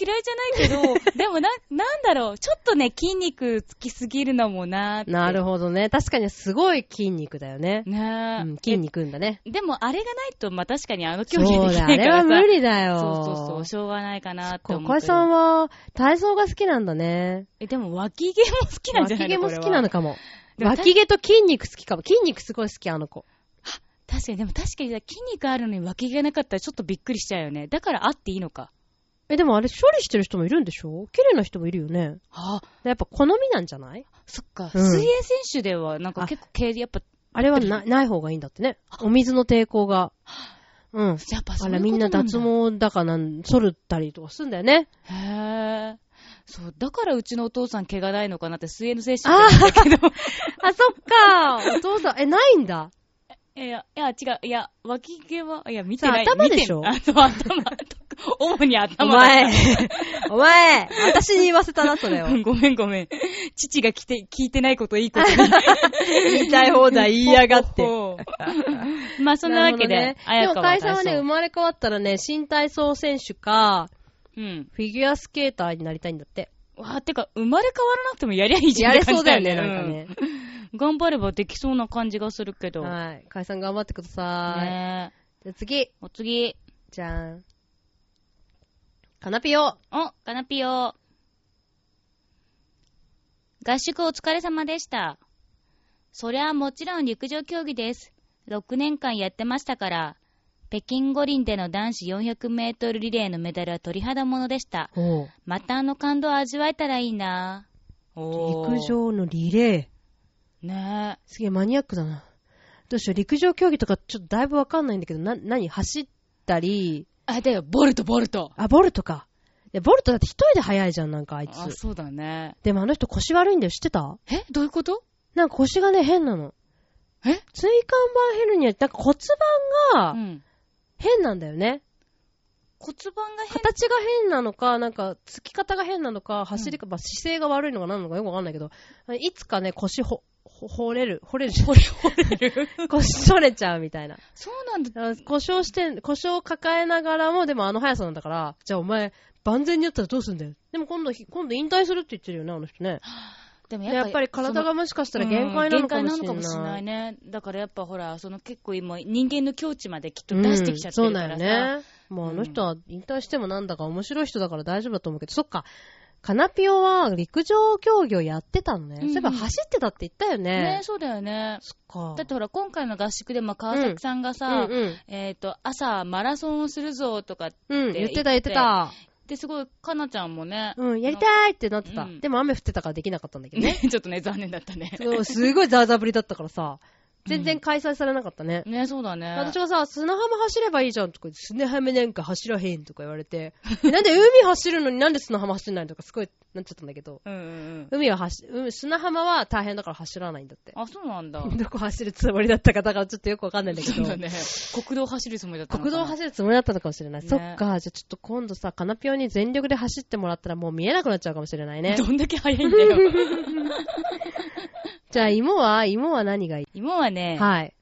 Speaker 1: 嫌いじゃない けど、でもな、なんだろう、ちょっとね、筋肉つきすぎるのもなーって。
Speaker 2: なるほどね。確かにすごい筋肉だよね。
Speaker 1: なあ
Speaker 2: うん、筋肉んだね。
Speaker 1: えでも、あれがないと、まあ、確かにあの競
Speaker 2: そう
Speaker 1: 技できな
Speaker 2: だ、あ
Speaker 1: いか
Speaker 2: れ
Speaker 1: ら
Speaker 2: は
Speaker 1: さ。
Speaker 2: 無理だよ。
Speaker 1: そうそうそう、しょうがないかなって
Speaker 2: こ
Speaker 1: 思
Speaker 2: こい
Speaker 1: ってる
Speaker 2: さんは、体操が好きなんだね。
Speaker 1: え、でも、脇毛も好きなんじゃな
Speaker 2: 脇
Speaker 1: いの
Speaker 2: 毛も好きなの
Speaker 1: こ
Speaker 2: かも。
Speaker 1: れはでも
Speaker 2: 脇毛と筋肉好きかも。筋肉すごい好き、あの子。
Speaker 1: 確かに、でも確かにさ筋肉あるのに脇毛がなかったらちょっとびっくりしちゃうよね。だからあっていいのか。
Speaker 2: え、でもあれ処理してる人もいるんでしょ綺麗な人もいるよね。
Speaker 1: あ
Speaker 2: やっぱ好みなんじゃない
Speaker 1: そっか、
Speaker 2: うん
Speaker 1: 水泳選手ではなんか結構毛、やっぱ
Speaker 2: あれはなない方がいいんだってね。お水の抵抗が。うん。
Speaker 1: やっぱそ
Speaker 2: あ
Speaker 1: ういう
Speaker 2: ら、
Speaker 1: こと
Speaker 2: みんな
Speaker 1: だ
Speaker 2: 脱毛だかなん、剃ったりとかするんだよね。
Speaker 1: へえ。そう、だからうちのお父さん毛がないのかなって水泳の精神
Speaker 2: あ
Speaker 1: って言 うんだけど。
Speaker 2: あ、そっか。お父さん、え、ないんだ。
Speaker 1: いや、いや、違う。いや、脇毛は、いや、見て
Speaker 2: さあ
Speaker 1: ない。
Speaker 2: 頭でしょ
Speaker 1: 見てないあそう頭。主に
Speaker 2: お
Speaker 1: 頭だ。
Speaker 2: 前、お前、私に言わせたな、それを。
Speaker 1: うんごめんごめん。父が来て、聞いてないこといいことに。
Speaker 2: 言いたい放題言いやが って。
Speaker 1: ほうほうまあ、そんなわけ
Speaker 2: る
Speaker 1: で、
Speaker 2: ほどね
Speaker 1: あや
Speaker 2: で
Speaker 1: か
Speaker 2: も、
Speaker 1: は
Speaker 2: 大
Speaker 1: 体操。
Speaker 2: 佐はね、生まれ変わったらね、新体操選手か、
Speaker 1: うん。
Speaker 2: フィギュアスケーターになりたいんだって。
Speaker 1: わあ、てか、生まれ変わらなくてもやりゃいいじゃ
Speaker 2: や
Speaker 1: んっ
Speaker 2: れ
Speaker 1: て感
Speaker 2: そ
Speaker 1: じ
Speaker 2: うだ
Speaker 1: だよね。
Speaker 2: よね、なんかね。
Speaker 1: うん。頑張ればできそうな感じがするけど。
Speaker 2: はい。解散頑張ってくださ
Speaker 1: ねえ。
Speaker 2: い。じゃあ次、
Speaker 1: お次。
Speaker 2: じゃん。カナピオ。
Speaker 1: お、カナピオ。合宿お疲れ様でした。そりゃもちろん陸上競技です。6年間やってましたから、北京五輪での男子400メートルリレーのメダルは鳥肌ものでした。
Speaker 2: お
Speaker 1: またあの感動を味わえたらいいなお
Speaker 2: 陸上のリレ
Speaker 1: ね
Speaker 2: ー。すげえマニアックだな。どうしよう、陸上競技とかちょっとだいぶわかんないんだけど、な、何走ったり、
Speaker 1: え。あ、だよ、ボルト、ボルト。
Speaker 2: あ、ボルトか。いや、ボルトだって一人で速いじゃん、なんかあい
Speaker 1: あ、
Speaker 2: つ。
Speaker 1: そうだね。
Speaker 2: でもあの人腰悪いんだよ、知ってた
Speaker 1: えどういうこと
Speaker 2: なんか腰がね、変なの。
Speaker 1: え
Speaker 2: 椎間板ヘルニアって、なんか骨
Speaker 1: う
Speaker 2: 盤が
Speaker 1: ん。
Speaker 2: 変なんだよね。
Speaker 1: 骨盤が変
Speaker 2: 形が変なのか、なんか、つき方が変なのか、走りか、まあ姿勢が悪いのか何なのかよくわかんないけど、いつかね、腰ほ、ほ、掘れる、掘れる、掘れ、る。腰取れちゃうみたいな。
Speaker 1: そうなんだ。
Speaker 2: だから故障して、故障を抱えながらも、でもあの速さなんだから、じゃあお前、万全にやったらどうすんだよ。でも今度ひ、今度引退するって言ってるよね、あの人ね。
Speaker 1: でも
Speaker 2: やっぱり体がもしかしたら
Speaker 1: うん
Speaker 2: 限界なのかも
Speaker 1: 限界
Speaker 2: しれ
Speaker 1: なのかもしれ
Speaker 2: な。
Speaker 1: ないいね。だからやっぱほら、その結構今、人間の境地まできっと出してきちゃってるからさ。
Speaker 2: うんそうだよね。もうあの人は引退してもなんだか面白い人だから大丈夫だと思うけど、そっか。カナピオは陸上競技をやってたのね。
Speaker 1: うんうん
Speaker 2: そういえば走ってたって言ったよね。
Speaker 1: ねそうだよね。
Speaker 2: そっか。
Speaker 1: だってほら、今回の合宿でも川崎さんがさ、
Speaker 2: うんうん。
Speaker 1: えっ、と、朝マラソンをするぞとかっ
Speaker 2: うん、
Speaker 1: て
Speaker 2: 言ってた言ってた。
Speaker 1: て、すごい、かなちゃんもね、
Speaker 2: うん、やりたいってなってた。
Speaker 1: うん
Speaker 2: でも雨降ってたからできなかったんだけどね。
Speaker 1: ね、 ちょっとね、残念だったね。
Speaker 2: そうすごいザーザーぶりだったからさ、全然開催されなかったね。
Speaker 1: ね、そうだね。
Speaker 2: 私がさ、砂浜走ればいいじゃんとか、砂浜なんか走らへんとか言われて、えなんで海走るのになんで砂浜走んないのとかすごいなっちゃったんだけど、
Speaker 1: うんうん
Speaker 2: 海は走、海砂浜は大変だから走らないんだって
Speaker 1: う。ん。あ、そうなんだ。
Speaker 2: どこ走るつもりだったか、だからちょっとよくわかんないんだけ
Speaker 1: そう
Speaker 2: ど。
Speaker 1: だね。国道走るつもりだったのか
Speaker 2: 国
Speaker 1: な。
Speaker 2: 道走るつもりだったのかもしれない。
Speaker 1: ね
Speaker 2: そっか、じゃあちょっと今度さ、カナピオに全力で走ってもらったらもう見えなくなっちゃうかもしれな いね。
Speaker 1: どんだけ速いんだ よ。
Speaker 2: じゃあ芋は芋は何がいい、
Speaker 1: 今はね、
Speaker 2: はい。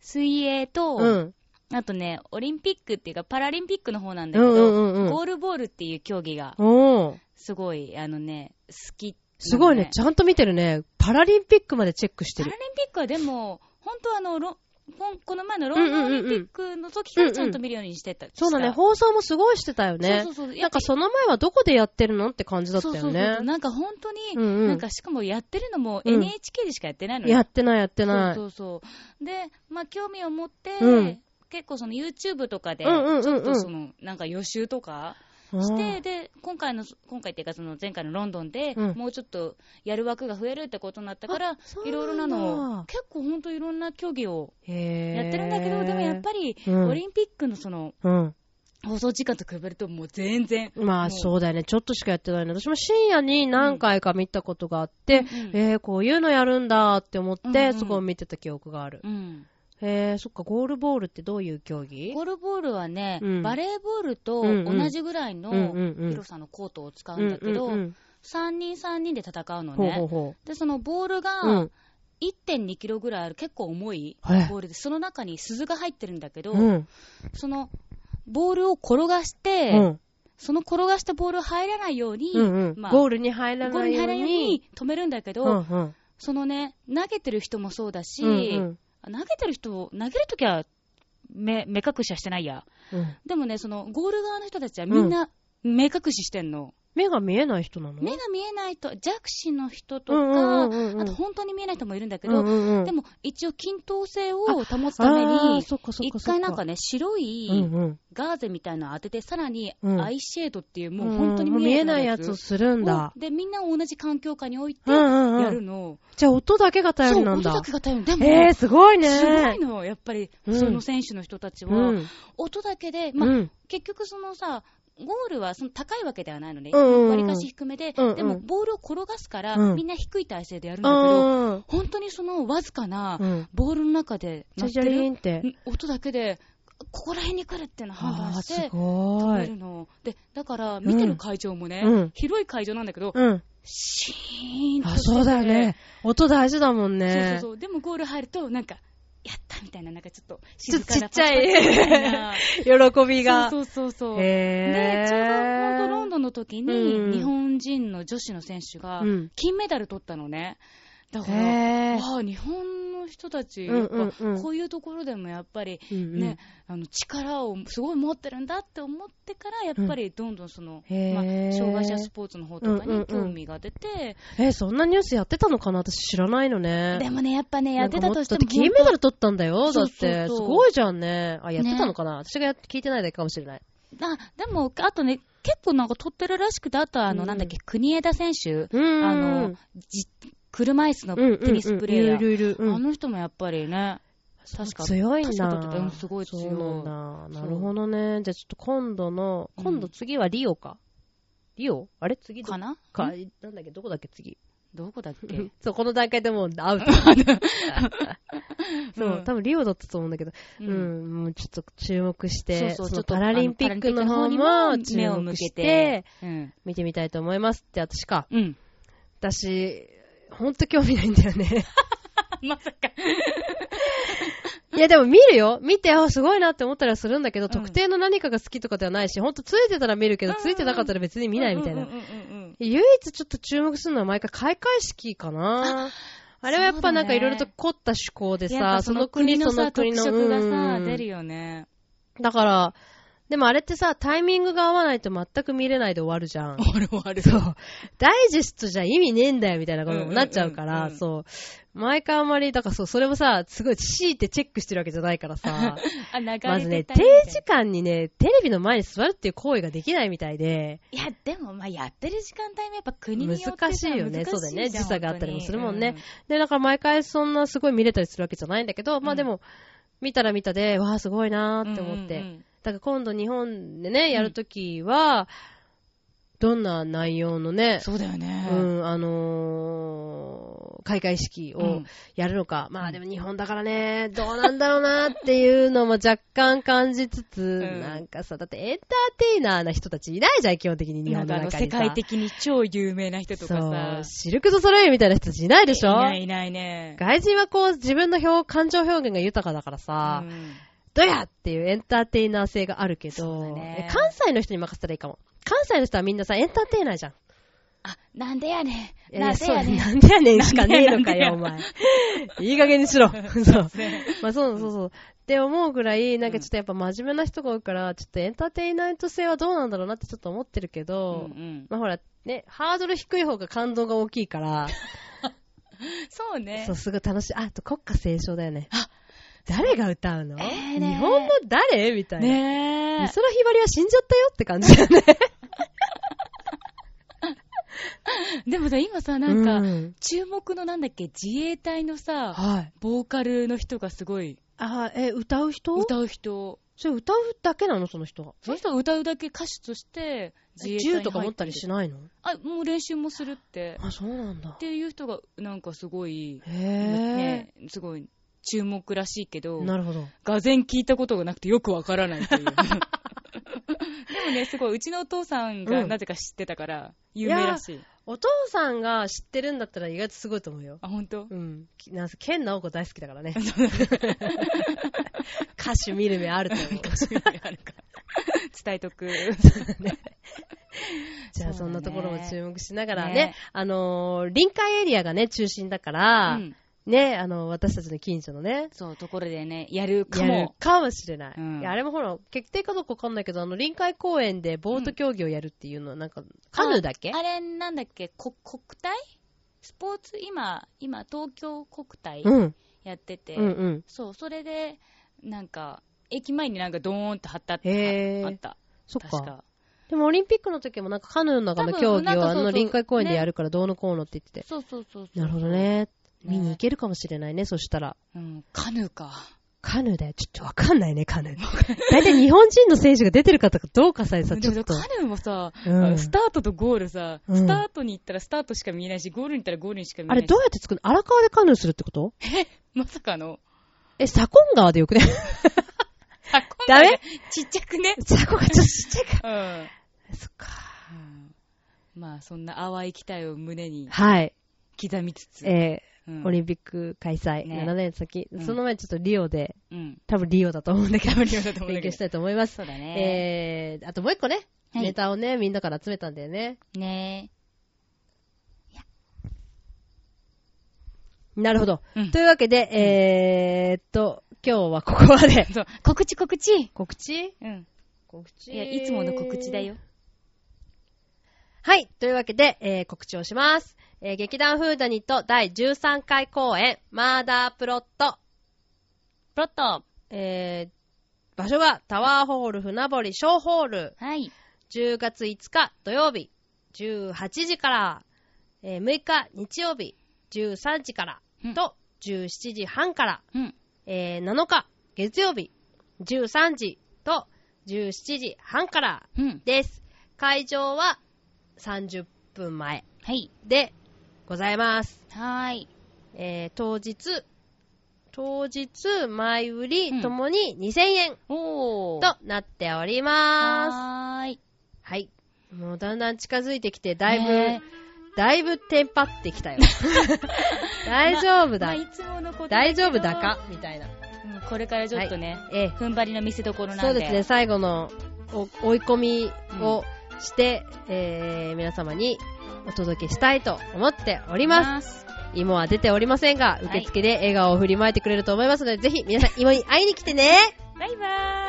Speaker 1: 水泳と、
Speaker 2: うん。
Speaker 1: あとね、オリンピックっていうか、パラリンピックの方なんだけど、
Speaker 2: うんうんうんうん
Speaker 1: ゴールボールっていう競技が、
Speaker 2: おー。
Speaker 1: すごい、あのね、好きなの、
Speaker 2: すごいね、ちゃんと見てるね。パラリンピックまでチェックして
Speaker 1: パラ
Speaker 2: る
Speaker 1: リン。ピックはでも、本当はあの、ロこんこの前のロンドンオリンピックの時か
Speaker 2: うんう
Speaker 1: ら
Speaker 2: ん
Speaker 1: ちゃんと見るようにしてた。
Speaker 2: そうだね、
Speaker 1: した
Speaker 2: 放送もすごいしてたよね。
Speaker 1: そうそうそう。
Speaker 2: なんかその前はどこでやってるのって感じだったよね。
Speaker 1: そうそうそうなんか本当に、
Speaker 2: うんうん
Speaker 1: なんかしかもやってるのも
Speaker 2: うん
Speaker 1: NHK でしかやってないのよ
Speaker 2: やってないやってない。
Speaker 1: そうそうそう。で、まあ、興味を持って、
Speaker 2: うん
Speaker 1: 結構その YouTube とかで、
Speaker 2: うんうんうんうん
Speaker 1: ちょっとその、なんか予習とかし
Speaker 2: あ
Speaker 1: て、
Speaker 2: ー
Speaker 1: で、今回の、今回っていうかその前回のロンドンで、
Speaker 2: うん
Speaker 1: もうちょっとやる枠が増えるってことになったから
Speaker 2: そう、なんだ
Speaker 1: いろいろなのを、結構本当いろんな競技を
Speaker 2: へー
Speaker 1: やってるんだけど、でもやっぱり、
Speaker 2: うん
Speaker 1: オリンピックのその、
Speaker 2: うん。
Speaker 1: 放送時間と比べるともう全然。
Speaker 2: まあそうだよね。ちょっとしかやってないね。私も深夜に何回か見たことがあって、
Speaker 1: うんうん
Speaker 2: えー、こういうのやるんだって思って、
Speaker 1: うんうん
Speaker 2: そこを見てた記憶がある。
Speaker 1: うん。
Speaker 2: えー、そっか、ゴールボールってどういう競技
Speaker 1: ゴールボールはね、
Speaker 2: うん
Speaker 1: バレーボールと
Speaker 2: うんうん
Speaker 1: 同じぐらいの
Speaker 2: うんうんうん
Speaker 1: 広さのコートを使うんだけど
Speaker 2: うんう、ん
Speaker 1: 3人3人で戦う
Speaker 2: う
Speaker 1: の
Speaker 2: ん、ほうほう
Speaker 1: ね。
Speaker 2: ほ
Speaker 1: で、そのボール
Speaker 2: う。う
Speaker 1: が
Speaker 2: ん。
Speaker 1: 1.2キロぐらいある結構重い
Speaker 2: はい
Speaker 1: ボールで、その中に鈴が入ってるんだけど、
Speaker 2: うん。
Speaker 1: そのボールを転がして、
Speaker 2: うん。
Speaker 1: その転がしたボール入らないように、
Speaker 2: うんうん
Speaker 1: まあ、
Speaker 2: ゴ
Speaker 1: ゴ
Speaker 2: ールに入ら
Speaker 1: ー
Speaker 2: な
Speaker 1: ル
Speaker 2: い
Speaker 1: に
Speaker 2: よ
Speaker 1: 入
Speaker 2: う
Speaker 1: らないよう
Speaker 2: に。
Speaker 1: に止めるんだけど、
Speaker 2: うんうん
Speaker 1: そのね、投げてる人もそうだし、
Speaker 2: うん
Speaker 1: 投げてる人、投げるときは目目隠しはしてないや。
Speaker 2: うん
Speaker 1: でもね、そのゴール側の人たちはみんな目隠ししてんの。
Speaker 2: 目が見えない人なの
Speaker 1: 目が見えないと、弱視の人と
Speaker 2: うんうん
Speaker 1: か
Speaker 2: うんうんう、ん
Speaker 1: あと本当に見えない人もいるんだけ
Speaker 2: うん
Speaker 1: ど、
Speaker 2: うんうん
Speaker 1: でも一応均等性を保つため
Speaker 2: あー
Speaker 1: に、
Speaker 2: そっかそっかそっか
Speaker 1: 一回なんかね、白
Speaker 2: うん
Speaker 1: い
Speaker 2: うん
Speaker 1: ガーゼみたいなの当てて、さらに
Speaker 2: うん
Speaker 1: アイシェードっていう、
Speaker 2: も
Speaker 1: もう本当に
Speaker 2: う
Speaker 1: 見
Speaker 2: 見
Speaker 1: え
Speaker 2: え
Speaker 1: な
Speaker 2: ない
Speaker 1: いや
Speaker 2: や
Speaker 1: つ
Speaker 2: つをするんだ
Speaker 1: を。で、みんな同じ環境下に置いて
Speaker 2: うんうんうん
Speaker 1: やるの。
Speaker 2: じゃあ音だけが頼
Speaker 1: そ
Speaker 2: り
Speaker 1: う、
Speaker 2: な
Speaker 1: 音
Speaker 2: んだ
Speaker 1: だ。けが頼り。でも、
Speaker 2: えー、すごいね。
Speaker 1: すごいの、やっぱり、
Speaker 2: うん
Speaker 1: その選手の人たちは。
Speaker 2: うん。
Speaker 1: 音だけで、まあ、
Speaker 2: うん。
Speaker 1: 結局そのさ、ゴールはその高いわけではないのね。
Speaker 2: うんうんうん
Speaker 1: 割りかし低めで、
Speaker 2: うんうん
Speaker 1: でもボールを転がすから、
Speaker 2: うん
Speaker 1: みんな低い体勢でやるんだけど、
Speaker 2: あ
Speaker 1: 本当にそのわずかな
Speaker 2: ー。うん。
Speaker 1: ボールの中で
Speaker 2: チ
Speaker 1: 鳴
Speaker 2: ャ
Speaker 1: っ
Speaker 2: チ
Speaker 1: て
Speaker 2: ャ
Speaker 1: る、
Speaker 2: リーンって。
Speaker 1: 音だけで、ここら辺に来るっていうのを判
Speaker 2: あ
Speaker 1: 断
Speaker 2: あー、
Speaker 1: し
Speaker 2: す
Speaker 1: て、
Speaker 2: ご
Speaker 1: 止め
Speaker 2: い
Speaker 1: る。の。で、だから見てる会場もね、
Speaker 2: うん
Speaker 1: 広い会場なんだけど、
Speaker 2: うん。
Speaker 1: シーンと
Speaker 2: あ、
Speaker 1: してて
Speaker 2: そうだよね。音大事だもん
Speaker 1: そうそう
Speaker 2: ね。
Speaker 1: そう。でもゴール入ると、なんか、やったみたいな、なんかちょっと、
Speaker 2: ちょっとちっち
Speaker 1: い。
Speaker 2: ゃ い喜びが。
Speaker 1: そうそうそうそう。
Speaker 2: へ
Speaker 1: で、
Speaker 2: ー
Speaker 1: ちょうど本当ロンドンの時に、
Speaker 2: うん
Speaker 1: 日本人の女子の選手が
Speaker 2: うん、
Speaker 1: 金メダル取ったのね。だから、
Speaker 2: へー
Speaker 1: わあ日本の人たち、
Speaker 2: うん
Speaker 1: やっ
Speaker 2: うんうん
Speaker 1: ぱこういうところでもやっぱり、
Speaker 2: うんうん
Speaker 1: ね、あの力をすごい持ってるんだって思ってから、やっぱりどんどんその、
Speaker 2: へー
Speaker 1: まあ、障害者スポーツの方とか
Speaker 2: うんうんう
Speaker 1: に
Speaker 2: ん
Speaker 1: 興味が出て、
Speaker 2: えー、そんなニュースやってたのかな私知らないのね。
Speaker 1: でもね、やっぱね、やってたとして
Speaker 2: なんかもっだって
Speaker 1: も、
Speaker 2: 金メダル取ったんだよ。だ
Speaker 1: そ
Speaker 2: っ
Speaker 1: うそうそう
Speaker 2: て、すごいじゃんね。あ、やって
Speaker 1: ね
Speaker 2: たのかな私がやって聞いてないだけかもしれない。
Speaker 1: あでも、あとね、結構なんか取ってるらしくて、あとはあの、
Speaker 2: うん
Speaker 1: なんだっけ、国枝選手、
Speaker 2: うーん
Speaker 1: あの、じ車椅子の
Speaker 2: うんうんうん
Speaker 1: テニスプレーヤー、
Speaker 2: いるいるいるうん
Speaker 1: あの人もやっぱりね、確か
Speaker 2: 強いん
Speaker 1: 確か
Speaker 2: だ。
Speaker 1: 取ってたうんすごい強い
Speaker 2: そうなんだ。なるほどね。じゃあちょっと今度の、
Speaker 1: うん
Speaker 2: 今度次はリオか。リオあれ次ど
Speaker 1: かな
Speaker 2: か
Speaker 1: ん、
Speaker 2: なんだっけどこだっけ次。
Speaker 1: どこだっけ
Speaker 2: そう、この段階でもう アウト。そうう、
Speaker 1: ん
Speaker 2: 多分リオだったと思うんだけど、
Speaker 1: う
Speaker 2: うんん、もうちょっと注目して、
Speaker 1: そうそう
Speaker 2: そ
Speaker 1: ちょ
Speaker 2: の
Speaker 1: っと
Speaker 2: パラリンピックの方
Speaker 1: あのパラ
Speaker 2: も
Speaker 1: リンピックの方にも目
Speaker 2: 注
Speaker 1: を向
Speaker 2: 目
Speaker 1: け
Speaker 2: してて、
Speaker 1: うん。
Speaker 2: 見てみたいと思いますって、私か。
Speaker 1: うん。
Speaker 2: 私、ほんと興味ないんだよね。
Speaker 1: まさか。
Speaker 2: いや、でも見るよ。見て、あ、すごいなって思ったりはするんだけど、
Speaker 1: ん
Speaker 2: 特定の何かが好きとかではないし、ほんとついてたら見るけど、ついてなかったら別 に見ないみたいな。
Speaker 1: うんうんうんうん
Speaker 2: 唯一ちょっと注目するのは毎回開会式かな。あれはやっぱなんかいろいろと凝った趣向で
Speaker 1: いややっ
Speaker 2: さ、
Speaker 1: ぱ
Speaker 2: その国その国の。
Speaker 1: 特色がさ、
Speaker 2: うん
Speaker 1: 出るよね。
Speaker 2: だから、でもあれってさ、タイミングが合わないと全く見れないで終わるじゃん。
Speaker 1: あるある。
Speaker 2: そう。ダイジェストじゃ意味ねえんだよみたいなこともなっちゃうか
Speaker 1: うんうん
Speaker 2: ら、
Speaker 1: うんうん
Speaker 2: そう。毎回あんまり、だからそう、それもさ、すごい強いてチェックしてるわけじゃないか ら
Speaker 1: あ、
Speaker 2: さ。
Speaker 1: 流れてた
Speaker 2: まずね、
Speaker 1: り
Speaker 2: 定
Speaker 1: みた
Speaker 2: 時間にね、テレビの前に座るっていう行為ができないみたいで、
Speaker 1: いないや、でも、まあ、やってる時間帯もやっぱ国によってさ
Speaker 2: 難しいよね。そうだよね。
Speaker 1: 難しいじゃん
Speaker 2: 時差があったりもするもんね
Speaker 1: 本。
Speaker 2: で、だから毎回そんなすごい見れたりするわけじゃないんだけど、ま
Speaker 1: う
Speaker 2: あ
Speaker 1: ん
Speaker 2: でも、見たら見たで、わあ、すごいな
Speaker 1: 当に
Speaker 2: ーって思って。
Speaker 1: うんうんうん
Speaker 2: だから今度日本でね、やるときは、どんな内容のね、
Speaker 1: そうだよ
Speaker 2: う
Speaker 1: ね。
Speaker 2: ん、あのー開会式
Speaker 1: う
Speaker 2: を
Speaker 1: ん
Speaker 2: やるのか。まあでも日本だからね、どうなんだろうなっていうのも若干感じつつ、
Speaker 1: うん
Speaker 2: なんかさ、だってエンターテイナーな人たちいないじゃん、基本的に日
Speaker 1: な
Speaker 2: 本
Speaker 1: んか
Speaker 2: の
Speaker 1: あの
Speaker 2: 中
Speaker 1: 世
Speaker 2: にさ。
Speaker 1: 界的に超有名な人とかさ
Speaker 2: そう、。シルク・ドゥ・ソレイユみたいな人たちいないでしょ
Speaker 1: いないいないね。
Speaker 2: 外人はこう自分の表、感情表現が豊かだからさ、
Speaker 1: うん
Speaker 2: どやっていうエンターテイナー性があるけ
Speaker 1: そう
Speaker 2: ど、
Speaker 1: だね
Speaker 2: え関西の人に任せたらいいかも。関西の人はみんなさ、エンターテイナーじゃん。
Speaker 1: あ、なんでやね
Speaker 2: い
Speaker 1: ん。な
Speaker 2: やいや
Speaker 1: んで
Speaker 2: そう
Speaker 1: やねん。
Speaker 2: なんでやねんしかねえのかよ、お
Speaker 1: な
Speaker 2: 前。いい加減に しろ。そう。まあそうそうそう。って思うぐらい、なんかちょっとやっぱ真面目な人が多いから、ちょっとエンターテイナーと性はどうなんだろうなってちょっと思ってるけ
Speaker 1: う
Speaker 2: ど、
Speaker 1: んうん
Speaker 2: まあほら、ね、ハードル低い方が感動が大きいから、
Speaker 1: そうね
Speaker 2: そう、。すごい楽しい。あ、あと国歌斉唱だよね。誰が歌うの、
Speaker 1: えーね
Speaker 2: 日本語誰みたいな。
Speaker 1: ね
Speaker 2: 美
Speaker 1: え。
Speaker 2: 空ひばりは死んじゃったよって感じだね。
Speaker 1: でもさ、今さ、なんか、
Speaker 2: うん
Speaker 1: 注目のなんだっけ、自衛隊のさ、
Speaker 2: はい。
Speaker 1: ボーカルの人がすごい、
Speaker 2: あ、え、歌う人
Speaker 1: 歌う人。
Speaker 2: それ歌うだけなのその人は。
Speaker 1: その人が歌うだけ歌手として、自衛隊に入
Speaker 2: 銃とか持ったりし
Speaker 1: ない
Speaker 2: ないの
Speaker 1: あ、もう練習もするって。
Speaker 2: あ、そうなんだ
Speaker 1: っ。ていう人が、なんかすごい、
Speaker 2: へ
Speaker 1: ね
Speaker 2: え。、
Speaker 1: すごい注目らしいけど、
Speaker 2: なるほど。
Speaker 1: がぜ聞いたことがなくてよくわからないという。 でもね、すごい、うちのお父さんが
Speaker 2: うん
Speaker 1: なぜか知ってたから、有名らしい。
Speaker 2: お父さんが知ってるんだったら意外とすごいと思うよ。
Speaker 1: あ、本当？
Speaker 2: うん。きなんせ、ケンナオコ大好きだ からね。歌手見る目あると 思う。
Speaker 1: 昔よりあるから 伝えとく。
Speaker 2: じゃあ
Speaker 1: そだ
Speaker 2: そう
Speaker 1: ね
Speaker 2: んなところも注目しながらね、
Speaker 1: ね
Speaker 2: あのー臨海エリアがね、中心だから、
Speaker 1: うん
Speaker 2: ね、あの、私たちの近所のね、
Speaker 1: そう、ところでね、やるか
Speaker 2: やる
Speaker 1: も。
Speaker 2: かもしれない。
Speaker 1: うん
Speaker 2: いやあれもほら、決定かどうかわかんないけど、あの、臨海公園でボート競技をやるっていうのは、なんか、カヌーだっけ
Speaker 1: あれ、なんだっけ、こ国体スポーツ、今、今、東京国体
Speaker 2: うん。
Speaker 1: やってて、
Speaker 2: うんうん。
Speaker 1: そう、それで、なんか、駅前になんかドーンと貼ったって、
Speaker 2: へー
Speaker 1: あった。
Speaker 2: そっ
Speaker 1: 確
Speaker 2: か。
Speaker 1: か。
Speaker 2: でもオリンピックの時もなんかカヌーの中の競
Speaker 1: 多
Speaker 2: 技
Speaker 1: 分なん
Speaker 2: を
Speaker 1: かそ
Speaker 2: あ
Speaker 1: うそう
Speaker 2: の臨海公園でやるからどうのこうのって言ってて。
Speaker 1: そうそうそうそう。
Speaker 2: なるほど。ね。見に行
Speaker 1: け。
Speaker 2: けるかもしれないね、そしたら。
Speaker 1: うん、カヌーか。
Speaker 2: カヌーだよ。ちょっとわかんないね、カヌー。だいたい日本人の選手が出てるかとかどうかさえさ、
Speaker 1: で
Speaker 2: ちょ
Speaker 1: も
Speaker 2: っと
Speaker 1: カ。ヌーもさ、
Speaker 2: うん
Speaker 1: スタートとゴールさ、
Speaker 2: うん
Speaker 1: スタートに行ったらスタートしか見えないし、ゴールに行ったらゴールにしか見え
Speaker 2: あ
Speaker 1: ない
Speaker 2: れ
Speaker 1: し。
Speaker 2: どうやって作るの荒川でカヌーするってこと
Speaker 1: まさかの。
Speaker 2: え、サコン川でよくね。
Speaker 1: あ、今
Speaker 2: ダ
Speaker 1: 度
Speaker 2: メ
Speaker 1: ちっちゃくね。
Speaker 2: サコン川ちょっとちっちゃいか
Speaker 1: うん。
Speaker 2: ら。そっか。
Speaker 1: うんまあ、そんな淡い期待を胸に
Speaker 2: はい。
Speaker 1: 刻みつつ。
Speaker 2: え
Speaker 1: う
Speaker 2: ー
Speaker 1: ん
Speaker 2: オリンピック開催、
Speaker 1: ね
Speaker 2: 7年先、
Speaker 1: うん
Speaker 2: その前にちょっとリオで、
Speaker 1: うん。
Speaker 2: 多分リオだと思うんだけど、
Speaker 1: リオだと思うんだけど
Speaker 2: 勉強したいと思います
Speaker 1: そ。うだね。
Speaker 2: えー、あともう一個ね、
Speaker 1: はい
Speaker 2: ネタをね、みんなから集めたんだよね。
Speaker 1: ね
Speaker 2: なるほど。
Speaker 1: うん
Speaker 2: というわけで、えーっと、今日はここまで
Speaker 1: え。。そう、告知告知。
Speaker 2: 告知
Speaker 1: うん。
Speaker 2: 告知
Speaker 1: いや、いつもの告知だ。よ。
Speaker 2: はい。というわけで、えー告知をします。えー劇団フーダニット第13回公演、マーダープロット。
Speaker 1: プロット。
Speaker 2: えー場所はタワーホール船堀小ホール。
Speaker 1: はい。
Speaker 2: 10月5日土曜日18時から、えー6日日曜日13時から
Speaker 1: うん
Speaker 2: と17時半から、
Speaker 1: うん。
Speaker 2: えー7日月曜日13時と17時半から
Speaker 1: うん。
Speaker 2: です。会場は30分前
Speaker 1: はい。
Speaker 2: でございます。
Speaker 1: はーい。
Speaker 2: えー当日、当日前売
Speaker 1: うん
Speaker 2: りともに2000円
Speaker 1: おー。
Speaker 2: となっております。
Speaker 1: はーい。
Speaker 2: はい。もうだんだん近づいてきて、だいぶ、
Speaker 1: ね
Speaker 2: だいぶテンパってき たよ。大丈夫だ。
Speaker 1: まあいつものことだけ
Speaker 2: 大
Speaker 1: ど
Speaker 2: 丈夫だかみたいな。
Speaker 1: うんこれからちょっとね、
Speaker 2: え
Speaker 1: 踏ん張りの見せ所
Speaker 2: え。
Speaker 1: なんで。
Speaker 2: そうですね、最後のお追い込みをして、えー皆様にお届けしたいと思っております。
Speaker 1: す。
Speaker 2: 芋は出ておりませんが、受付で笑顔を振りまいてくれると思いますので、ぜひ皆さん芋に会いに来てね
Speaker 1: バイバーイ。